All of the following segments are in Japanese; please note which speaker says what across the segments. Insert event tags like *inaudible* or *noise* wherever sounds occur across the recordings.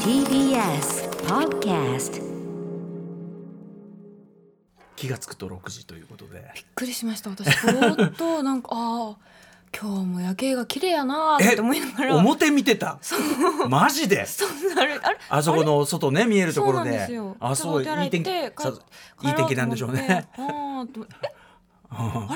Speaker 1: TBS Podcast
Speaker 2: 気がつくと6時ということで
Speaker 3: びっくりしました私ぼーっとなんかああ今日も夜景が綺麗やなーって思いながら
Speaker 2: 表見てたマジで
Speaker 3: そうなるあれ
Speaker 2: あそこの外ね見えるところ
Speaker 3: そうなん
Speaker 2: で
Speaker 3: ですよ
Speaker 2: あそう
Speaker 3: ちょっとお手洗
Speaker 2: い
Speaker 3: い
Speaker 2: い天気
Speaker 3: 行って
Speaker 2: さ
Speaker 3: 帰
Speaker 2: いい天気なんでしょうね *laughs*
Speaker 3: 帰ろうと思ってあーって思って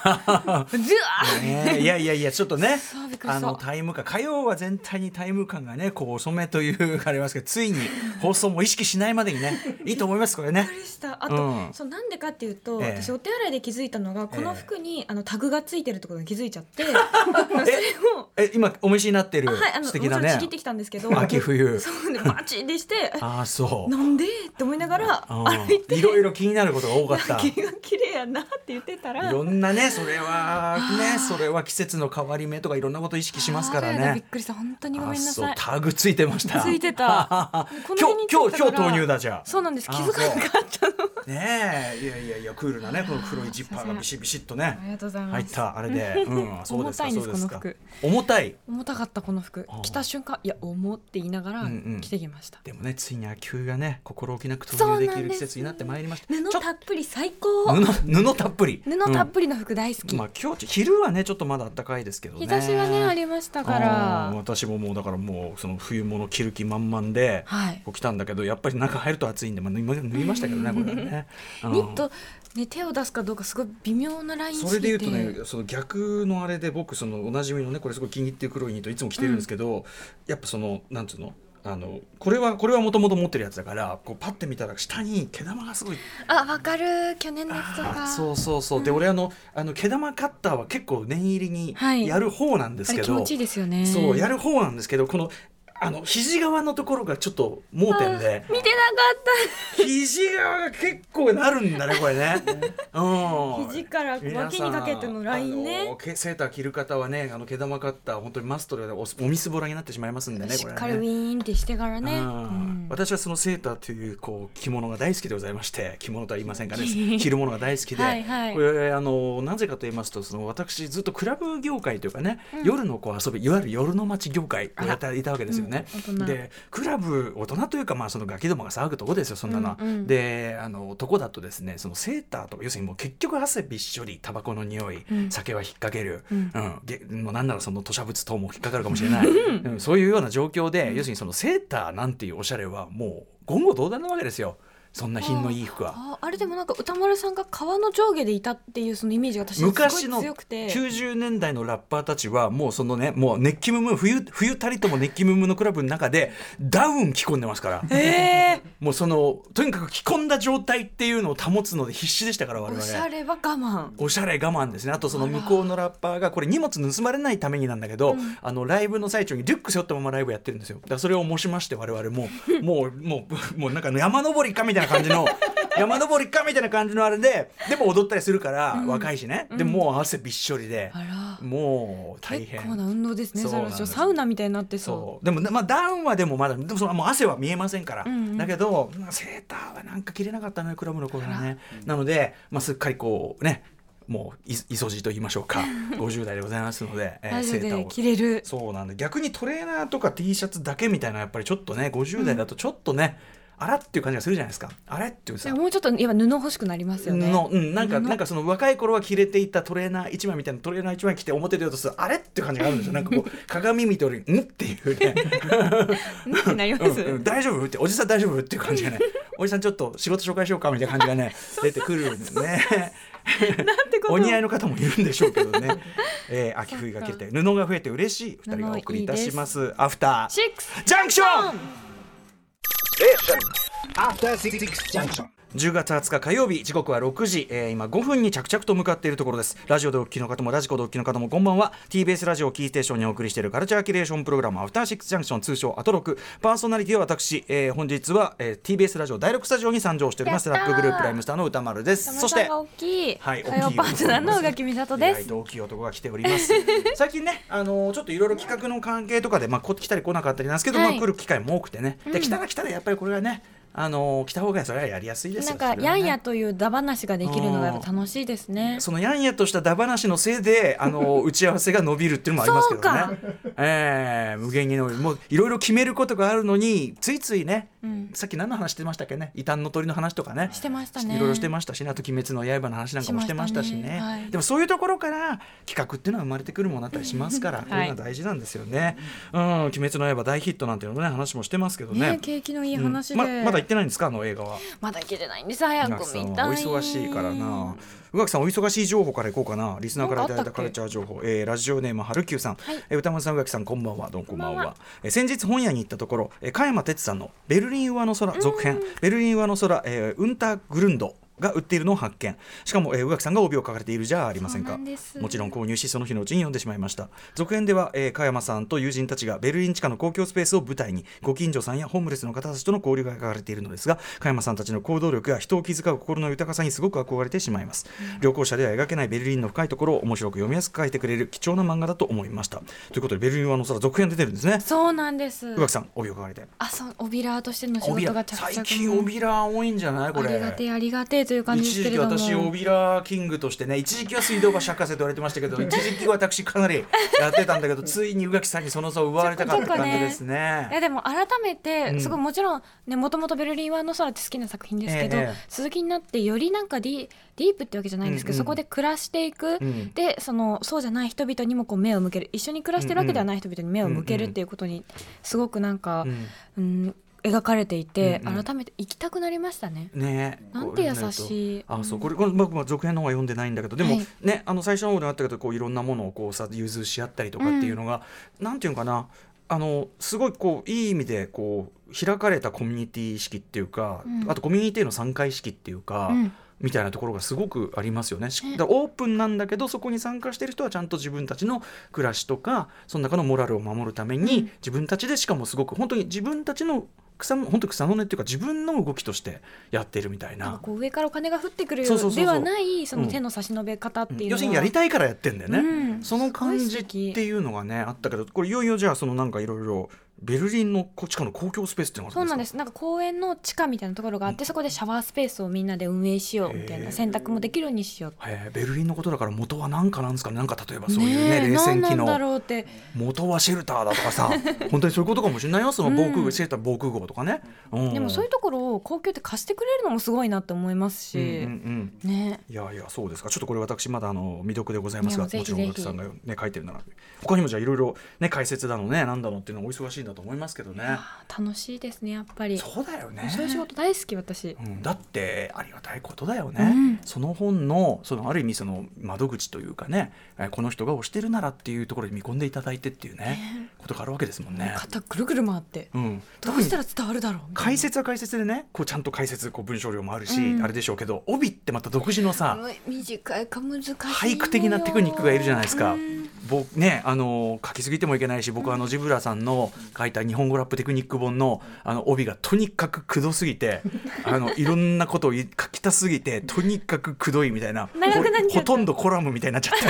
Speaker 3: あれずわー
Speaker 2: ねいやいやいやちょっとね
Speaker 3: そうびっくり
Speaker 2: あ
Speaker 3: した
Speaker 2: のタイム感火曜は全体にタイム感がねこう遅めというかありますけどついに放送も意識しないまでに
Speaker 3: *laughs*
Speaker 2: ねいいと思いますこれね
Speaker 3: びっ
Speaker 2: *laughs*
Speaker 3: くりしたあと、
Speaker 2: うん
Speaker 3: そうなんでかっていうと、
Speaker 2: ええ
Speaker 3: 私お手洗いで気づいたのがこの服に、あのタグがついてるってことに気づいちゃっ
Speaker 2: *laughs*
Speaker 3: てそれを
Speaker 2: え今お召しになってる
Speaker 3: はいあのも
Speaker 2: 素
Speaker 3: ち
Speaker 2: 敵
Speaker 3: ろ
Speaker 2: なんね
Speaker 3: ちぎってきたんですけど
Speaker 2: 秋冬
Speaker 3: そうでバチでして
Speaker 2: ああそう
Speaker 3: なんでって思いながら *laughs* 歩い
Speaker 2: うん
Speaker 3: て
Speaker 2: いろいろ気になることが多かった
Speaker 3: 気が綺麗やなって言ってたら
Speaker 2: いろんなねそれはねそれは季節の変わり目とかいろんなこと意識しますから
Speaker 3: あーやだび
Speaker 2: ね
Speaker 3: っ。くりした本当にご
Speaker 2: あ
Speaker 3: めんな
Speaker 2: そ
Speaker 3: さ
Speaker 2: う
Speaker 3: い
Speaker 2: タグついてました。
Speaker 3: ついてた
Speaker 2: *laughs*
Speaker 3: この
Speaker 2: 今
Speaker 3: 辺に
Speaker 2: 日今
Speaker 3: ついて
Speaker 2: 日
Speaker 3: た
Speaker 2: 今日
Speaker 3: か
Speaker 2: 投
Speaker 3: ら
Speaker 2: 入だじゃあ。
Speaker 3: そうなんです
Speaker 2: あ
Speaker 3: 気づかなかったの
Speaker 2: そうねえいやいやいやクールなねこの黒いジッパーがビシビシッとね
Speaker 3: ありがとうございま
Speaker 2: 入っ
Speaker 3: す
Speaker 2: たあれ
Speaker 3: *laughs*
Speaker 2: で、うん、そうですか
Speaker 3: 重たいんです
Speaker 2: そうですか
Speaker 3: この服
Speaker 2: 重たい。
Speaker 3: 重たかったこの服
Speaker 2: あー
Speaker 3: 着た瞬間いや重って言いながら
Speaker 2: うんうん
Speaker 3: 着てきました
Speaker 2: でもねついに秋冬がね心置きなく投
Speaker 3: そうなん
Speaker 2: 入
Speaker 3: で
Speaker 2: ですきる季節になってまいりました。
Speaker 3: 布
Speaker 2: ちょ
Speaker 3: たっぷり最高
Speaker 2: 布布たっぷり。
Speaker 3: 布たっぷりの服大好
Speaker 2: う
Speaker 3: き
Speaker 2: んまあ今日昼はねちょっとまだ暖かいですけどね。
Speaker 3: 日差しがねありましたか
Speaker 2: うん
Speaker 3: ら
Speaker 2: 私ももうだからもうその冬物着る気満々で
Speaker 3: はい
Speaker 2: こう来たんだけどやっぱり中入ると暑いんで、まあ、脱ぎま脱ぎましたけどねこれはね。うん
Speaker 3: ニットね手を出すかどうかすごい微妙なライン
Speaker 2: それで言うとねその逆のあれで僕そのおなじみのねこれすごい気に入ってる黒いニットいつも着てるんですけど、やっぱそのなんつうのあのこれはこれはもともと持ってるやつだからこうパッて見たら下に毛玉がすごい
Speaker 3: あわかる去年のやつと
Speaker 2: あ
Speaker 3: か
Speaker 2: そうそうそう、で俺あのあの毛玉カッターは結構念入りに
Speaker 3: はい
Speaker 2: やる方なんです
Speaker 3: あ
Speaker 2: け
Speaker 3: れ気
Speaker 2: ど、
Speaker 3: 持ちいいですよね
Speaker 2: そうやる方なんですけどこのあの肘側のところがちょっと盲点で
Speaker 3: 見てなかっ
Speaker 2: 肘側が結構なるんだねこれ
Speaker 3: *laughs*
Speaker 2: ね。うん、
Speaker 3: 肘から
Speaker 2: 皆さん
Speaker 3: 脇にかけてのラインね
Speaker 2: あのけセーター着る方はねあの毛玉カッター本当にマストでおおみすぼらになってしまいますんで
Speaker 3: た、
Speaker 2: ね
Speaker 3: し
Speaker 2: これ
Speaker 3: っ
Speaker 2: は
Speaker 3: かりウ
Speaker 2: ね。
Speaker 3: ィーンってしてからね、
Speaker 2: うん
Speaker 3: うん
Speaker 2: 私はそのセーターというこう着物が大好きでございまして着物とは言いませんが
Speaker 3: *laughs*
Speaker 2: ね着るものが大好きで
Speaker 3: はいはい
Speaker 2: これあのなぜかと言いますとその私ずっとクラブ業界というかね、夜のこう遊びいわゆる夜の街業界をやっていたわけですよね。
Speaker 3: うん大人
Speaker 2: でクラブ大人というかまあそのガキどもが騒ぐとこですよそんなのは。
Speaker 3: うんうん
Speaker 2: であのとこだとですねそのセーターとか要するにもう結局汗びっしょりタバコの匂い、
Speaker 3: うん
Speaker 2: 酒は引っ掛ける、
Speaker 3: うん
Speaker 2: うんげもうなんならその吐砂物等も引っかかるかもしれない、うんそういうような状況で、要するにそのセーターなんていうおしゃれはもう言語道断なわけですよそんな品のいい服は。
Speaker 3: ああれでもなんか歌丸さんが川の上下でいたっていうそのイメージが私すごい
Speaker 2: 昔の
Speaker 3: 強くて
Speaker 2: 90年代のラッパーたちはもうそのねもう熱気ムンムン冬冬たりとも熱気ムンムンのクラブの中でダウン着込んでますから
Speaker 3: え
Speaker 2: もうそのとにかく着込んだ状態っていうのを保つので必死でしたから *laughs* 我
Speaker 3: ー、お
Speaker 2: 々
Speaker 3: しゃれは我慢
Speaker 2: おしゃれ我慢ですねあとその向こうのラッパーがこれ荷物盗まれないためになんだけど、あのライブの最中にリュック背負ったままライブやってるんですよだからそれを模しまして我々ももうもうもうなんか山登りかみたいな感
Speaker 3: *laughs*
Speaker 2: じの山登りかみたいな感じのあれででも踊ったりするから、若いしねでもう汗びっしょりで、
Speaker 3: あ
Speaker 2: もう
Speaker 3: ら
Speaker 2: 大
Speaker 3: 結
Speaker 2: 変
Speaker 3: 構な運動ですね
Speaker 2: そう
Speaker 3: そ
Speaker 2: な
Speaker 3: れ
Speaker 2: ん
Speaker 3: は
Speaker 2: です
Speaker 3: サウナみたいになってそ
Speaker 2: そうでもね、まあ、ダウンはでもまだでもそのもう汗は見えませんから、
Speaker 3: んうん
Speaker 2: だけどまあセーターはなんか着れなかったねクラブの頃はねなので、まあ、すっかりこうねもうい磯じと言いましょう
Speaker 3: *laughs*
Speaker 2: か50代でございますので、え
Speaker 3: うラジ
Speaker 2: セ
Speaker 3: オ
Speaker 2: ーターを
Speaker 3: で着れる
Speaker 2: そうなんで逆にトレーナーとか T シャツだけみたいなやっぱりちょっとね50代だとちょっとね、あらっていう感じがするじゃないですかあれっていうさ
Speaker 3: もうちょっとやっぱ布欲しくなりますよね
Speaker 2: のうん、なんか
Speaker 3: 布
Speaker 2: なんかその若い頃は着れていたトレーナー一枚みたいなトレーナー一枚着て表出ようとするとあれっていう感じがあるんですよなんかこ
Speaker 3: *laughs*
Speaker 2: う鏡見ておりんっていうね
Speaker 3: うんってなりま
Speaker 2: うん
Speaker 3: す、
Speaker 2: うん大丈夫っておじさん大丈夫っていう感じ
Speaker 3: *laughs*
Speaker 2: がねおじさんちょっと仕事紹介しようかみたいな感じがね出てくるんですね
Speaker 3: *laughs* なんてこと
Speaker 2: お似合いの方もいるんでしょうけ
Speaker 3: *laughs*
Speaker 2: どね、えー、秋冬が来て布が増えて嬉しい二人がお送りいたしますアフタ
Speaker 3: *laughs* シ
Speaker 2: ー
Speaker 3: ックス
Speaker 2: ジャンクション
Speaker 4: After Six Junction.
Speaker 2: 10月20日火曜日時刻は6時、えー今5分に着々と向かっているところですラジオでお聞きの方もラジコでお聞きの方もこんばんは TBS ラジオをキーステーションにお送りしているカルチャーキュレーションプログラムアフターシックスジャンクション通称アトロクパーソナリティは私、えー本日は、えー TBS ラジオ第6スタジオに参上しております
Speaker 3: やっ
Speaker 2: ラ
Speaker 3: た
Speaker 2: ッ
Speaker 3: ー
Speaker 2: プグループライムスターの歌丸ですそして
Speaker 3: 大きい
Speaker 2: はい、
Speaker 3: 火曜パートナーの宇垣美里で
Speaker 2: 意外
Speaker 3: す
Speaker 2: と大きい男が来ております。 *laughs* 最近ね、あのちょっといろいろ企画の関係とかで、まあ、こ来たり来なかったりなんですけど、
Speaker 3: はい
Speaker 2: まあ、来る機会も多くてね。で、来たら来たら、やっぱりこれがね。あの着た方がそれはやりやすいです
Speaker 3: な
Speaker 2: よ
Speaker 3: んか、
Speaker 2: それ
Speaker 3: や
Speaker 2: はね
Speaker 3: んやというダ話ができるのがやっぱ楽しいですね。
Speaker 2: そのやんやとしたダ話のせいであ
Speaker 3: *laughs*
Speaker 2: の打ち合わせが伸びるっていうのもありますけどね、ええ無限に伸びるもういろいろ決めることがあるのについついね、
Speaker 3: うん
Speaker 2: さっき何の話してましたっけね異端の鳥の話とかね
Speaker 3: してましたね
Speaker 2: いろいろしてましたしねあと「鬼滅の刃」の話なんかもしてましたしね
Speaker 3: しましたねはい
Speaker 2: でもそういうところから企画っていうのは生まれてくるものだったりしますから、こういうのは大事なんですよね。うん「鬼滅の刃」大ヒットなんていうのもね話もしてますけどね
Speaker 3: ね、景気のいい話で、
Speaker 2: うんままだ行ってないんですかあの映画は。
Speaker 3: まだ行けてないんです早
Speaker 2: 宇垣
Speaker 3: く
Speaker 2: さん
Speaker 3: 見
Speaker 2: は
Speaker 3: た
Speaker 2: お
Speaker 3: い
Speaker 2: 忙しいからな宇垣さんお忙しい情報からいこうかなリスナーからいただいたカルチャー情報、えーラジオネームはるきゅうさん、
Speaker 3: はい
Speaker 2: えー歌丸さん宇垣さんこんばんはどうもこんばんは
Speaker 3: こんばんは
Speaker 2: えー先日本屋に行ったところ、えー、加山哲さんの「ベルリン上の空」続編「ベルリン上の空、えーウンターグルンド」が売っているのを発見しかも、えー、宇垣さんが帯を書かれているじゃありません
Speaker 3: そ
Speaker 2: か
Speaker 3: うなんです
Speaker 2: もちろん購入しその日のうちに読んでしまいました続編では、えー、加山さんと友人たちがベルリン地下の公共スペースを舞台にご近所さんやホームレスの方たちとの交流が描かれているのですが加山さんたちの行動力や人を気遣う心の豊かさにすごく憧れてしまいます、旅行者では描けないベルリンの深いところを面白く読みやすく書いてくれる貴重な漫画だと思いましたということでベルリンはの空続編出てるんですね
Speaker 3: そうなんです
Speaker 2: 宇垣さん帯を書かれて
Speaker 3: あそうオビラーとしての仕事が着々
Speaker 2: 最近オビラー多いんじゃないこれ
Speaker 3: ありがてえありがてえという感じ
Speaker 2: 一
Speaker 3: ですけ
Speaker 2: 時
Speaker 3: れ
Speaker 2: 期
Speaker 3: ども
Speaker 2: 私オビラーキングとしてね一時期は水道橋博士と言われてましたけど一時期は私かなりやってたんだけ
Speaker 3: *laughs*
Speaker 2: どついに宇垣さんにその座を奪われたかって感じです
Speaker 3: いや
Speaker 2: ね。
Speaker 3: でも改め
Speaker 2: う
Speaker 3: て
Speaker 2: ん
Speaker 3: すごいもちろんねもともと「ベルリン湾の空」って好きな作品ですけど、
Speaker 2: ええええ
Speaker 3: 続きになってよりなんかディディープってわけじゃないんですけ
Speaker 2: うんう
Speaker 3: ど、
Speaker 2: ん
Speaker 3: そこで暮らしていく、
Speaker 2: うん
Speaker 3: でそのそうじゃない人々にもこう目を向ける一緒に暮らしてるわけではない人々に目を向けるっていうことにすごくなんか、
Speaker 2: うん
Speaker 3: うん、描かれていて、
Speaker 2: うんうん
Speaker 3: 改めて行きたくなりましたね。
Speaker 2: ねえ
Speaker 3: なんて優しい
Speaker 2: あそうこれこれ僕は続編の方は読んでないんだけどでも、
Speaker 3: はい
Speaker 2: ねあの最初の方であったけどこういろんなものをこうさ融通し合ったりとかっていうのが、なんていうのかなあのすごいこういい意味でこう開かれたコミュニティ意識っていうか、
Speaker 3: うん
Speaker 2: あとコミュニティの参加意識っていうか、
Speaker 3: うん
Speaker 2: みたいなところがすごくありますよね。し
Speaker 3: ね
Speaker 2: だからオープンなんだけどそこに参加してる人はちゃんと自分たちの暮らしとかその中のモラルを守るために、自分たちでしかもすごく本当に自分たちの草の本当に草の根っていうか自分の動きとしてやってるみたい
Speaker 3: なんか
Speaker 2: な。
Speaker 3: こう上からお金が降ってくる
Speaker 2: そうそうそうそう
Speaker 3: ではないその
Speaker 2: うん
Speaker 3: 手の差し伸べ方っていうのは、
Speaker 2: 要するにやりたいからやってんだよね、
Speaker 3: うん
Speaker 2: その感じっていうのがねあったけどこれいよいよじゃあそのなんかいろいろベルリンのこっちかの公共スペースっていうのが
Speaker 3: そ
Speaker 2: あ
Speaker 3: う
Speaker 2: る
Speaker 3: なんん
Speaker 2: で
Speaker 3: です
Speaker 2: か
Speaker 3: すなんか公園の地下みたいなところがあってそこでシャワースペースをみんなで運営しようみたい
Speaker 2: へー
Speaker 3: な選択もできるようにしよう
Speaker 2: へえベルリンのことだから元は何かなんですかねなんか例えばそういうね
Speaker 3: え
Speaker 2: 冷戦期
Speaker 3: 何なん
Speaker 2: の
Speaker 3: だろうって
Speaker 2: 元はシェルターだとか
Speaker 3: *laughs*
Speaker 2: さ本当にそういうことかもしれないよその防空壕、シェルター防空壕とかね、うん
Speaker 3: でもそういうところを公共って貸してくれるのもすごいなって思いますし、
Speaker 2: うんうんうん
Speaker 3: ね
Speaker 2: いやいやそうですかちょっとこれ私まだあの未読でございますが
Speaker 3: いやも
Speaker 2: も
Speaker 3: うぜひ
Speaker 2: ちろん
Speaker 3: ぜ
Speaker 2: 学
Speaker 3: ひ
Speaker 2: さんが、ね、書いてるなら他にもじゃあいろいろね解説だのねなんだのっていうのお忙しいんだと思いますけどね
Speaker 3: あー楽しいですねやっぱり
Speaker 2: そうだよね
Speaker 3: そういう仕事大好き私、
Speaker 2: うん、だってありがたいことだよね、
Speaker 3: うん
Speaker 2: その本のそのある意味その窓口というかねえーこの人が推してるならっていうところに見込んでいただいてっていうねことがあるわけですもんね。
Speaker 3: 肩ぐるぐる回って
Speaker 2: うん、
Speaker 3: どうしたら伝わるだろうみたい
Speaker 2: 解説は解説でねこうちゃんと解説こう文章量もあるし、
Speaker 3: うん
Speaker 2: あれでしょうけど帯ってまた独自のさ
Speaker 3: な短いか難しいのよ
Speaker 2: 俳句的なテクニックがいるじゃないですか
Speaker 3: うん。
Speaker 2: 僕ねあの書きすぎてもいけないし僕はあのジブラさんの書いた日本語ラップテクニック本のあの帯がとにかくくどすぎ
Speaker 3: *laughs*
Speaker 2: てあのいろんなことをい書きたすぎてとにかくくどいみたいな
Speaker 3: 長くなっちゃった
Speaker 2: ほとんどコラムみたいになっちゃって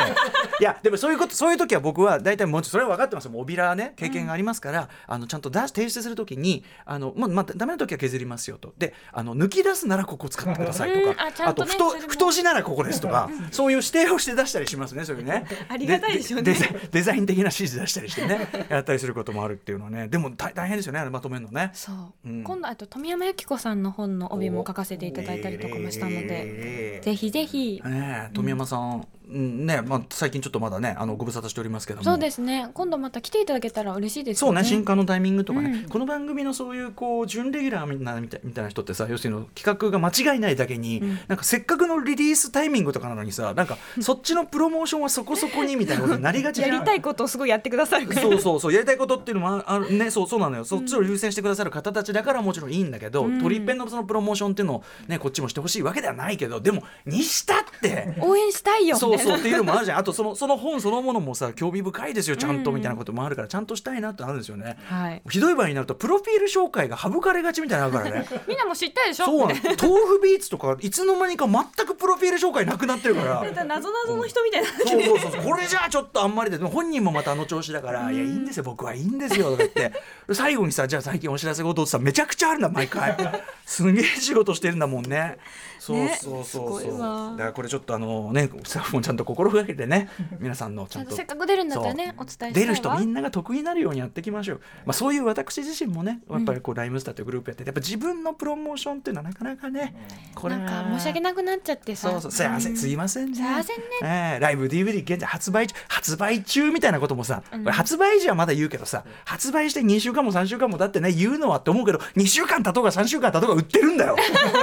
Speaker 2: いやでもそういうことそういう時は僕は大体もうちょっとそれは分かってますよもう帯らはね経験がありますから、あのちゃんと出し提出する時にあの、まあまあ、ダメな時は削りますよとであの抜き出すならここ使ってくださいと
Speaker 3: うん
Speaker 2: か
Speaker 3: あちゃん
Speaker 2: と
Speaker 3: とね
Speaker 2: 太
Speaker 3: それも
Speaker 2: 太字ならここですとかそういう指定をして出したりしますねそういうね
Speaker 3: *laughs* ありがたいでしょうね
Speaker 2: デザデザイン的な指示出したりしてね *laughs* やったりすることもあるっていうのはねでも大大変ですよねあれまとめるのね。
Speaker 3: そ
Speaker 2: う
Speaker 3: う、
Speaker 2: ん
Speaker 3: 今度あと富山由紀子さんの本の帯も書かせていただいたりとかもしたので、
Speaker 2: で
Speaker 3: ぜひぜひ、
Speaker 2: ねえ富山さん、うんねまあ、最近ちょっとまだねあのご無沙汰しておりますけども
Speaker 3: そうですね今度また来ていただけたら嬉しいです
Speaker 2: そう
Speaker 3: よ
Speaker 2: ね
Speaker 3: ね
Speaker 2: 新刊のタイミングとかね、
Speaker 3: うん
Speaker 2: この番組のそういうこう準レギュラーみたいなみたいみたいな人ってさ要するに企画が間違いないだけに、
Speaker 3: ん
Speaker 2: なんかせっかくのリリースタイミングとかなのにさなんかそっちのプロモーションはそこそこにみたいなことになりがちじ
Speaker 3: や
Speaker 2: ゃん
Speaker 3: りたいことをすごいやってくださるから
Speaker 2: そうそうそうやりたいことっていうのもあるねそうそうなのよそっちを優先してくださる方たちだからもちろんいいんだけど、
Speaker 3: うん
Speaker 2: トリペンのそのプロモーションっていうのをねこっちもしてほしいわけではないけどでもにしたって。
Speaker 3: *laughs* 応援したいよみたい
Speaker 2: そうそ
Speaker 3: な
Speaker 2: うっていうのもあるじゃんあとそのその本そのものもさ興味深いですよちゃんとみたいなこともあるからちゃんとしたいなってあるんですよね、
Speaker 3: はい
Speaker 2: ひどい場合になるとプロフィール紹介が省かれがちみたいなのあるからね
Speaker 3: *laughs* みんなも知ったでしょ
Speaker 2: そうなの豆腐ビーツとかいつの間にか全くプロフィール紹介なくなってるから
Speaker 3: *laughs* なんか謎々の人みたいな、
Speaker 2: そう
Speaker 3: *laughs*
Speaker 2: そうそうこれじゃあちょっとあんまりででも本人もまたあの調子だから「いやいいんですよ僕はいいんですよ」とか言って最後にさじゃあ最近お知らせ事ってさめちゃくちゃあるんだ毎回
Speaker 3: *laughs*
Speaker 2: すげえ仕事してるんだもんねそう
Speaker 3: ね
Speaker 2: そうそう
Speaker 3: す
Speaker 2: そ
Speaker 3: ご
Speaker 2: う、
Speaker 3: いわ
Speaker 2: だからこれちょっとあのねスタッフもちゃんと心がけてね皆さんのち
Speaker 3: ち
Speaker 2: ゃ
Speaker 3: ゃ
Speaker 2: ん
Speaker 3: んと
Speaker 2: と
Speaker 3: せっかく出るんだったらねお伝えしたいわ
Speaker 2: 出る人みんなが得意になるようにやっていきましょう、まあ、そういう私自身もねやっぱりこうライムスターというグループやっててやっぱ自分のプロモーションっていうのはなかなかねこれ
Speaker 3: なんか申し訳
Speaker 2: ない
Speaker 3: なくなっちゃってさ
Speaker 2: そうそうすいませんすいませんね
Speaker 3: すいませんね
Speaker 2: ええライブ DVD 現在発売中発売中みたいなこともさ、
Speaker 3: ん
Speaker 2: これ発売時はまだ言うけどさ発売して2週間も3週間もだってね言うのはって思うけど2週間経とうが3週間経とうが売ってるん
Speaker 3: *laughs*
Speaker 2: だよ、ね、
Speaker 3: そう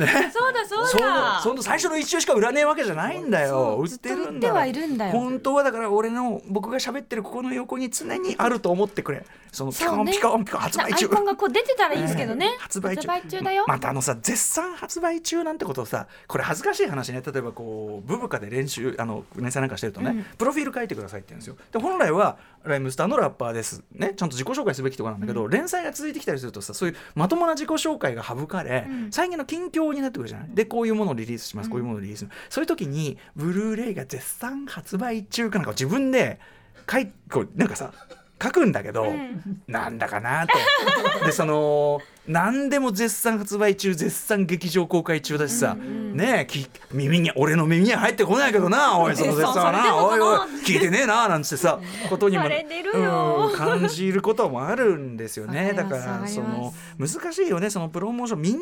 Speaker 3: だそう
Speaker 2: その
Speaker 3: だ
Speaker 2: その最初の一応しか売らねえわけじゃないんだよ売っ
Speaker 3: ずってと
Speaker 2: る
Speaker 3: 売
Speaker 2: ん
Speaker 3: っ
Speaker 2: だ
Speaker 3: て
Speaker 2: よ
Speaker 3: はいるんだよ
Speaker 2: 本当はだから俺の僕が喋ってるここの横に常にあると思ってくれそのピ
Speaker 3: そ
Speaker 2: カ
Speaker 3: う
Speaker 2: ン
Speaker 3: ね
Speaker 2: ピカンピカン発
Speaker 3: な
Speaker 2: 売
Speaker 3: アイ
Speaker 2: 中
Speaker 3: コンがこう出てたらいいんですけどね
Speaker 2: 発売中
Speaker 3: だよ
Speaker 2: またあのさ絶賛発売中なんてことをさこれ恥ずかしい話ね例えばこうブブカで練習あの連載なんかしてるとね、プロフィール書いてくださいって言うんですよで本来はライムスターのラッパーですねちゃんと自己紹介すべきとこなんだけど、連載が続いてきたりするとさそういうまともな自己紹介が省かれ、
Speaker 3: うん
Speaker 2: 最近の近況になってくるじゃないでこういうものをリリースしますこういうものをリリースします、そういう時にブルーレイが絶賛発売中かなんかを自分で書いこうなんかさ書くんだけど、
Speaker 3: ん
Speaker 2: なんだかなとでその何でも絶賛発売中絶賛劇場公開中だしさ、ねえき耳に俺の耳には入ってこないけどなおいその絶賛は
Speaker 3: え
Speaker 2: な
Speaker 3: そう
Speaker 2: お
Speaker 3: それ
Speaker 2: い
Speaker 3: でも
Speaker 2: おい聞いてねえななんつってさことにも
Speaker 3: されてるよ
Speaker 2: うん感じることもあるんですよねだ
Speaker 3: わかり
Speaker 2: か
Speaker 3: ますわ
Speaker 2: ら
Speaker 3: かり
Speaker 2: そ
Speaker 3: ま
Speaker 2: の
Speaker 3: す
Speaker 2: 難しいよねそのプロモーションみんな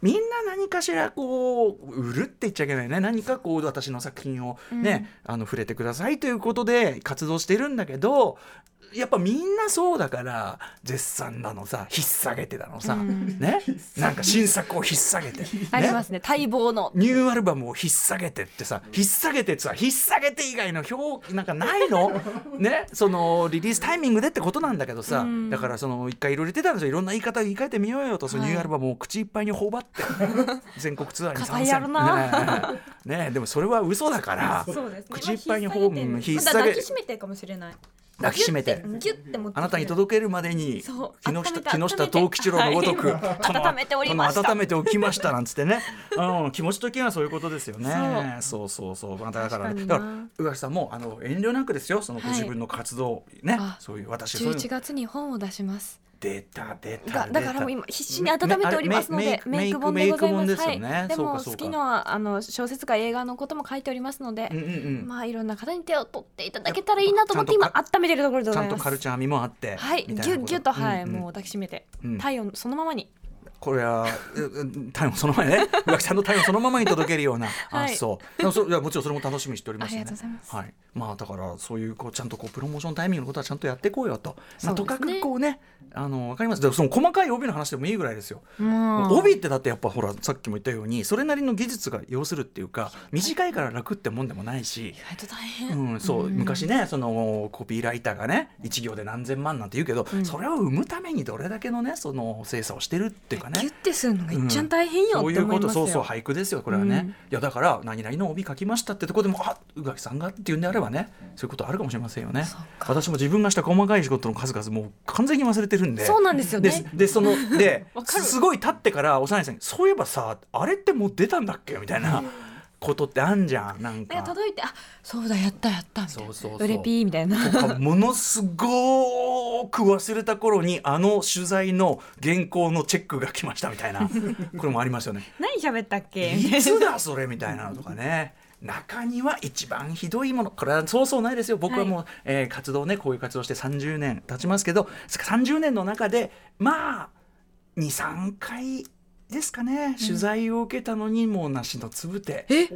Speaker 2: みんな何かしらこう売るって言っちゃいけないね何かこう私の作品をね、あの触れてくださいということで活動してるんだけどやっぱみんなそうだから絶賛なのさ引っさげてだのさ、
Speaker 3: うん *laughs*
Speaker 2: ねなんか新作を引っさげて、ね、
Speaker 3: ありますね待望の
Speaker 2: ニューアルバムを引っさげてってさ引っさげてってさ引っさげて以外の表なんかない
Speaker 3: *laughs*
Speaker 2: のねそのリリースタイミングでってことなんだけどさ、
Speaker 3: うん
Speaker 2: だからその一回いろいろ言ってたんですよいろんな言い方を言い換えてみようよとその
Speaker 3: は
Speaker 2: ニ
Speaker 3: い
Speaker 2: ューアルバムを口いっぱいに頬張って
Speaker 3: *laughs*
Speaker 2: 全国ツアーに参
Speaker 3: 語りあるな
Speaker 2: 戦ねねでもそれは嘘だから
Speaker 3: そうですね
Speaker 2: 口いっぱいに頬うん引っ
Speaker 3: まだ
Speaker 2: さ
Speaker 3: 抱
Speaker 2: げ
Speaker 3: きしめてるかもしれない
Speaker 2: 抱きしめて。
Speaker 3: ギュッて持って
Speaker 2: あなたに届けるまでに木
Speaker 3: そう
Speaker 2: 下
Speaker 3: 温め
Speaker 2: 木
Speaker 3: て
Speaker 2: 下藤吉郎のごとく
Speaker 3: はい
Speaker 2: 殿
Speaker 3: 温めておりました
Speaker 2: 殿温めておきましたなんつって
Speaker 3: *laughs*
Speaker 2: ね、うん、気持ちときはそういうことですよねそうそうそうまあだからね
Speaker 3: 確
Speaker 2: だ
Speaker 3: かにな
Speaker 2: から宇垣さんもあの遠慮なくですよそのご
Speaker 3: はい
Speaker 2: 自分の活動ね、
Speaker 3: あ
Speaker 2: そういう私そういう
Speaker 3: 11月に本を出します
Speaker 2: データデータ
Speaker 3: がだからもう今必死に温めておりますので、
Speaker 2: メ
Speaker 3: メ
Speaker 2: イ
Speaker 3: イ
Speaker 2: ク
Speaker 3: ク
Speaker 2: 本
Speaker 3: 本
Speaker 2: でご
Speaker 3: でご
Speaker 2: ざ
Speaker 3: ざ
Speaker 2: い
Speaker 3: い
Speaker 2: ま
Speaker 3: ま
Speaker 2: はい
Speaker 3: すす。はい。で
Speaker 2: そう
Speaker 3: も
Speaker 2: かそう
Speaker 3: 好
Speaker 2: か
Speaker 3: きなあの小説か映画のことも書いておりますので、
Speaker 2: うんうんうん
Speaker 3: まあいろんな方に手を取っていただけたらいいなと思って今
Speaker 2: ちゃん
Speaker 3: 温めてるところでご
Speaker 2: ちゃ
Speaker 3: ざ
Speaker 2: ん
Speaker 3: い
Speaker 2: と
Speaker 3: ま
Speaker 2: カル
Speaker 3: す。
Speaker 2: チャー味もあって
Speaker 3: はい、ギ
Speaker 2: み
Speaker 3: ュ
Speaker 2: たなこ
Speaker 3: ッ
Speaker 2: と
Speaker 3: ギュッとはい、
Speaker 2: んん
Speaker 3: もう抱きしめて、
Speaker 2: うん
Speaker 3: 体温そのままに。
Speaker 2: これは *laughs* うう体温その前
Speaker 3: *laughs*
Speaker 2: ね浮気さんの体温そのままに届けるような、
Speaker 3: はい
Speaker 2: あそうでもそいやもちろんそれも楽しみにしておりますよね
Speaker 3: ありがとうございます
Speaker 2: はい、まあだからそういうこうちゃんとこうプロモーションタイミングのことはちゃんとやっていこうよと、まあ、
Speaker 3: そ
Speaker 2: と
Speaker 3: うで
Speaker 2: か
Speaker 3: すね
Speaker 2: くこうねあのわかりますでもその細かい帯の話でもいいぐらいですよ
Speaker 3: もう
Speaker 2: 帯ってだってやっぱほらさっきも言ったようにそれなりの技術が要するっていうか短いから楽ってもんでもないし
Speaker 3: 意外と大変。
Speaker 2: うん、そう、昔ねそのコピーライターがね一行で何千万なんて言うけど、それを生むためにどれだけのねその精査をしてるっていうかね
Speaker 3: ギュッてするのが一番大変よ
Speaker 2: そう
Speaker 3: っ
Speaker 2: い
Speaker 3: て
Speaker 2: う
Speaker 3: 思
Speaker 2: こ
Speaker 3: い
Speaker 2: と
Speaker 3: ます
Speaker 2: そ
Speaker 3: よ。
Speaker 2: うそう俳句ですよこれはね、
Speaker 3: うん
Speaker 2: いやだから何々の帯書きましたってとこでもあ宇垣さんがっていうんであればねそういうことあるかもしれませんよね
Speaker 3: そうか
Speaker 2: 私も自分がした細かい仕事の数々もう完全に忘れてるんで
Speaker 3: そうなんですよね
Speaker 2: ででそ
Speaker 3: *laughs*
Speaker 2: ので
Speaker 3: わか
Speaker 2: す
Speaker 3: る
Speaker 2: すごい経ってから幼いさんに「そういえばさあれってもう出たんだっけ?」みたいなことってあんじゃんなん
Speaker 3: なん
Speaker 2: か
Speaker 3: か。届いて、あ、そうだやったやったみたい
Speaker 2: そ
Speaker 3: な。
Speaker 2: うそうそう
Speaker 3: 売れピーみたい
Speaker 2: *laughs*
Speaker 3: な。
Speaker 2: とかものすごく忘れた頃にあの取材の原稿のチェックが来ましたみたいなこれもありますよね
Speaker 3: 何喋ったっけ？
Speaker 2: いつだそれみたいなのとかね。中には一番ひどいものこれはそうそうないですよ僕はもう、えー活動ねこういう活動して30年経ちますけど30年の中でまあ23回ですかね、取材を受けたのにもう梨のつぶて
Speaker 3: え、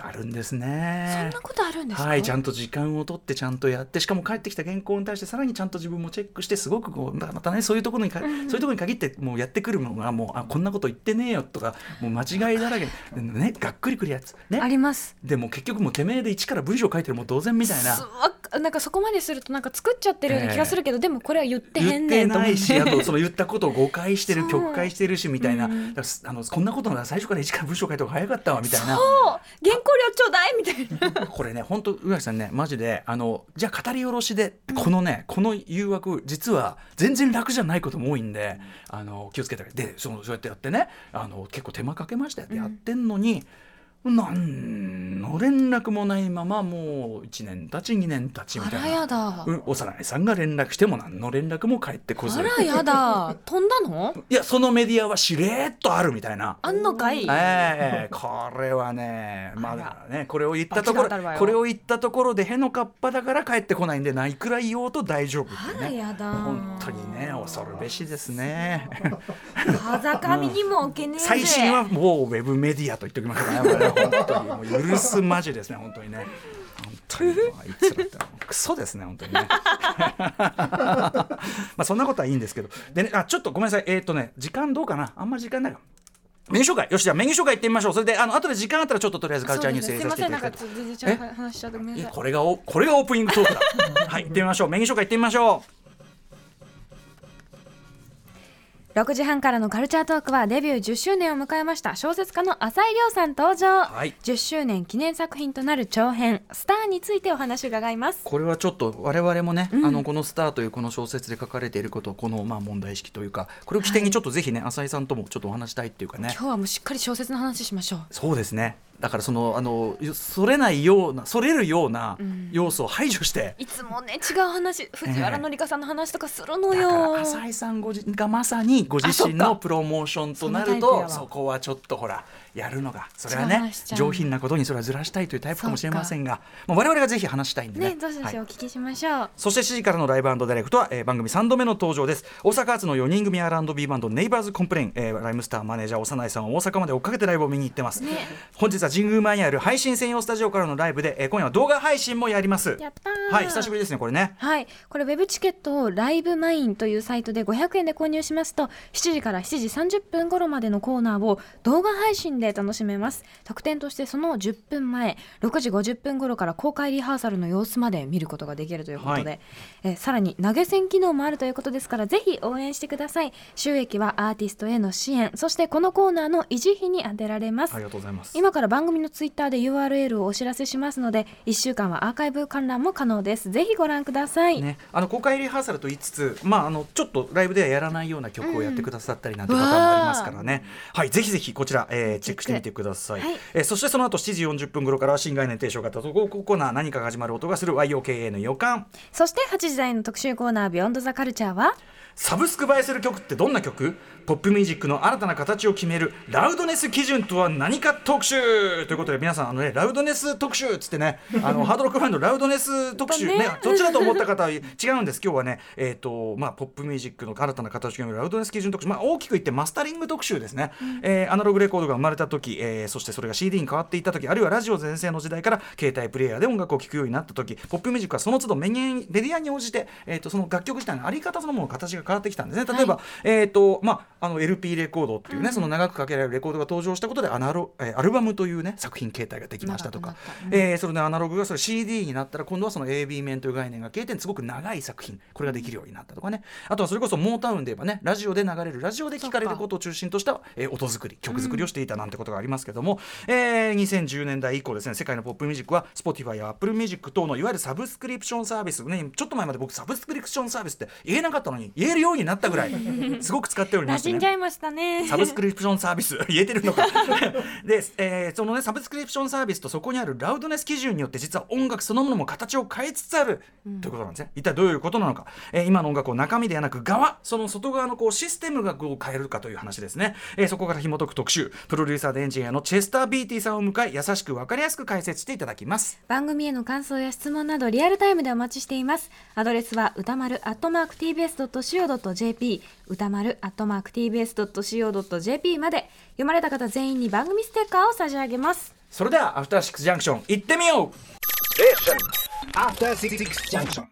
Speaker 2: あるんですね
Speaker 3: そんなことあるんですか？
Speaker 2: はい、ちゃんと時間を取ってちゃんとやってしかも帰ってきた原稿に対してさらにちゃんと自分もチェックしてすごくこうままたねそういうところにか、そういうところに限ってもうやってくるのがもうあこんなこと言ってねえよとかもう間違いだらけでねがっくりくるやつ
Speaker 3: あ
Speaker 2: ね
Speaker 3: ります。
Speaker 2: でも結局もうてめえで一から文章書いてるもう同然みたい
Speaker 3: す
Speaker 2: な。
Speaker 3: わかなんかそこまでするとなんか作っちゃってるような気がするけど、でもこれは言ってへ
Speaker 2: 言
Speaker 3: ん
Speaker 2: って
Speaker 3: ねんと
Speaker 2: な
Speaker 3: 思って
Speaker 2: いしあとその言ったことを誤解してる
Speaker 3: そう
Speaker 2: 曲解してるしみたいな、
Speaker 3: うん
Speaker 2: だからすあのこんなことなら最初から一から文章書いた方が早かったわみたいな
Speaker 3: そう原稿料ちょうだいみたいな
Speaker 2: これね本当宇垣さんねマジであのじゃあ語り下ろしでってこのねこの誘惑実は全然楽じゃないことも多いんで、あの気をつけてでそのそうやってやってねあの結構手間かけましたよってやってんのに、何の連絡もないままもう1年経ち2年経ちみ
Speaker 3: あ
Speaker 2: た
Speaker 3: ら
Speaker 2: いな
Speaker 3: やだ
Speaker 2: うん幼いさんが連絡しても何の連絡も返ってこず
Speaker 3: あらやだ飛んだの
Speaker 2: いやそのメディアはしれーっとあるみたいな。
Speaker 3: あんのかい
Speaker 2: ええこれはねまだねこれを言ったとこ
Speaker 3: バチ当たるわ
Speaker 2: ろ
Speaker 3: よ
Speaker 2: これを言ったところでへのかっぱだから帰ってこないんでないくらい言おうと大丈夫って
Speaker 3: あ
Speaker 2: いう
Speaker 3: ら
Speaker 2: ね
Speaker 3: やだ
Speaker 2: 本当にね恐るべしですね
Speaker 3: 風上にも置けねえぜ
Speaker 2: 最新はもうウェブメディアと言っておきましょうかね
Speaker 3: *laughs*
Speaker 2: これは本当にもう許すまじですね本当にね本当にもうあいつらってクソですね本当にね *laughs* まあそんなことはいいんですけどでねあちょっとごめんなさいえっ、とね時間どうかなあんま時間ないかメニュー紹介よしじゃあメニュー紹介いってみましょうそれであの後で時間あったらちょっととりあえずカルチャーニュース
Speaker 3: そう
Speaker 2: 入
Speaker 3: で
Speaker 2: れ
Speaker 3: すねす
Speaker 2: さ
Speaker 3: い
Speaker 2: せてい
Speaker 3: ません
Speaker 2: ただき
Speaker 3: な
Speaker 2: た
Speaker 3: んか
Speaker 2: いと
Speaker 3: ちょっと全然
Speaker 2: え
Speaker 3: 話しちゃってごめん
Speaker 2: い
Speaker 3: な
Speaker 2: や
Speaker 3: さい
Speaker 2: これがおこれがオープニングトークだはい行ってみましょうメニュー紹介いってみましょう
Speaker 3: 6時半からのカルチャートークはデビュー10周年を迎えました小説家の浅井亮さん登場、
Speaker 2: はい
Speaker 3: 10周年記念作品となる長編「スター」についてお話を伺います
Speaker 2: これはちょっと我々もね、
Speaker 3: うん
Speaker 2: あのこの「スター」というこの小説で書かれていることこのまあ問題意識というかこれを起点にちょっとぜひね浅井さんともちょっとお話したいっていうかね
Speaker 3: 今日はもうしっかり小説の話しましょう
Speaker 2: そうですねだからそのあのそれないようなそれるような要素を排除して、
Speaker 3: いつもね違う話藤原紀香さんの話とかするの
Speaker 2: だから
Speaker 3: よ、
Speaker 2: 浅井さんごじがまさにご自身
Speaker 3: あそ
Speaker 2: の
Speaker 3: っか
Speaker 2: プロモーションとなる
Speaker 3: そのタイプ
Speaker 2: と
Speaker 3: やわ
Speaker 2: そこはちょっとほらやるのがそれはね
Speaker 3: 邪魔しちゃう
Speaker 2: 上品なことにそれはずらしたいというタイプかもしれませんが、まあ、我々がぜひ話したいんでね
Speaker 3: ねどうしま
Speaker 2: はい
Speaker 3: しょうお聞きしましょう、
Speaker 2: そして7時からのライブダイレクトは、えー番組3度目の登場です大阪発の4人組 R&B バンドネイバーズコンプレイン、えーライムスターマネージャー長内さんは大阪まで追っかけてライブを見に行ってます、
Speaker 3: ね
Speaker 2: 本日は神宮前にある配信専用スタジオからのライブで、えー今夜は動画配信もやります
Speaker 3: やったー
Speaker 2: はい久しぶりですねこれね
Speaker 3: はい、これウェブチケットをライブマインというサイトで500円で購入しますと7時から7時30分頃までのコーナーを動画配信で楽しめます特典としてその10分前6時50分頃から公開リハーサルの様子まで見ることができるということで、
Speaker 2: はい
Speaker 3: えーさらに投げ銭機能もあるということですからぜひ応援してください収益はアーティストへの支援そしてこのコーナーの維持費に充てられます
Speaker 2: ありがとうございます
Speaker 3: 今から番組のツイッターで URL をお知らせしますので1週間はアーカイブ観覧も可能ですぜひご覧ください、
Speaker 2: ね、あの公開リハーサルと言いつつ、まあ、あのちょっとライブではやらないような曲をやってくださったりなんてパターンもありますからね、はい、ぜひぜひこちら、えーチェックしてみてください、
Speaker 3: はい
Speaker 2: えーそしてその後7時40分頃からは新概念提唱型投稿コーナー何かが始まる音がする YOKA の予感
Speaker 3: そして8時台の特集コーナー「ビヨンドザカルチャーは
Speaker 2: サブスク映えする曲ってどんな曲ポップミュージックの新たな形を決めるラウドネス基準とは何か特集ということで皆さんあの、ね、ラウドネス特集っつってねあのハードロックバンドラウドネス特集、
Speaker 3: だ
Speaker 2: ね
Speaker 3: ね
Speaker 2: *laughs* どっちだと思った方は違うんです今日はね、えーとまあ、ポップミュージックの新たな形を決めるラウドネス基準特集、まあ、大きく言ってマスタリング特集ですね、えーアナログレコードが生まれた時、えーそしてそれが CD に変わっていった時あるいはラジオ全盛の時代から携帯プレイヤーで音楽を聴くようになった時ポップミュージックはその都度メディアメディアに応じて、えー、とその楽曲自体のあり方そのものの形が変わってきたんですね例えば、えーとまあ、あの LP レコードっていうね、その長くかけられるレコードが登場したことでアナロ、えーアルバムというね作品形態ができましたとか
Speaker 3: 長くなったうん
Speaker 2: えーそれでアナログがそれ CD になったら今度はその AB 面という概念が経点すごく長い作品これができるようになったとかねあとはそれこそモータウンで言えばねラジオで流れるラジオで聞かれることを中心とした、えー音作り曲作りをしていたなんてことがありますけども、えー2010年代以降ですね世界のポップミュージックは Spotify や Apple ミュージック等のいわゆるサブスクリプションサービスねちょっと前まで僕サブスクリプションサービスって言えなかったのに言えるようになったぐ
Speaker 3: *laughs*
Speaker 2: らいすごく使っておりま
Speaker 3: 馴
Speaker 2: して
Speaker 3: 染
Speaker 2: ね
Speaker 3: んじゃいましたね
Speaker 2: サブスクリプションサービス *laughs* 言えてるのかで、えーそのねサブスクリプションサービスとそこにあるラウドネス基準によって実は音楽そのものも形を変えつつある、ということなんですね一体どういうことなのか、えー今の音楽を中身ではなく側その外側のこうシステムがこう変えるかという話ですね、えーそこから紐解く特集プロデューサーでエンジニアのチェスター・ビーティさんを迎え優しく分かりやすく解説していただきます
Speaker 3: 番組への感想や質問などリアルタイムでお待ちしていますアドレスは歌丸 atmarktbs.co.jp 歌丸 atmarktbs.co.jp まで読まれた方全員に番組ステッカーを差し上げます
Speaker 2: それではアフターシックスジャンクション行ってみよう
Speaker 4: After Six Junction.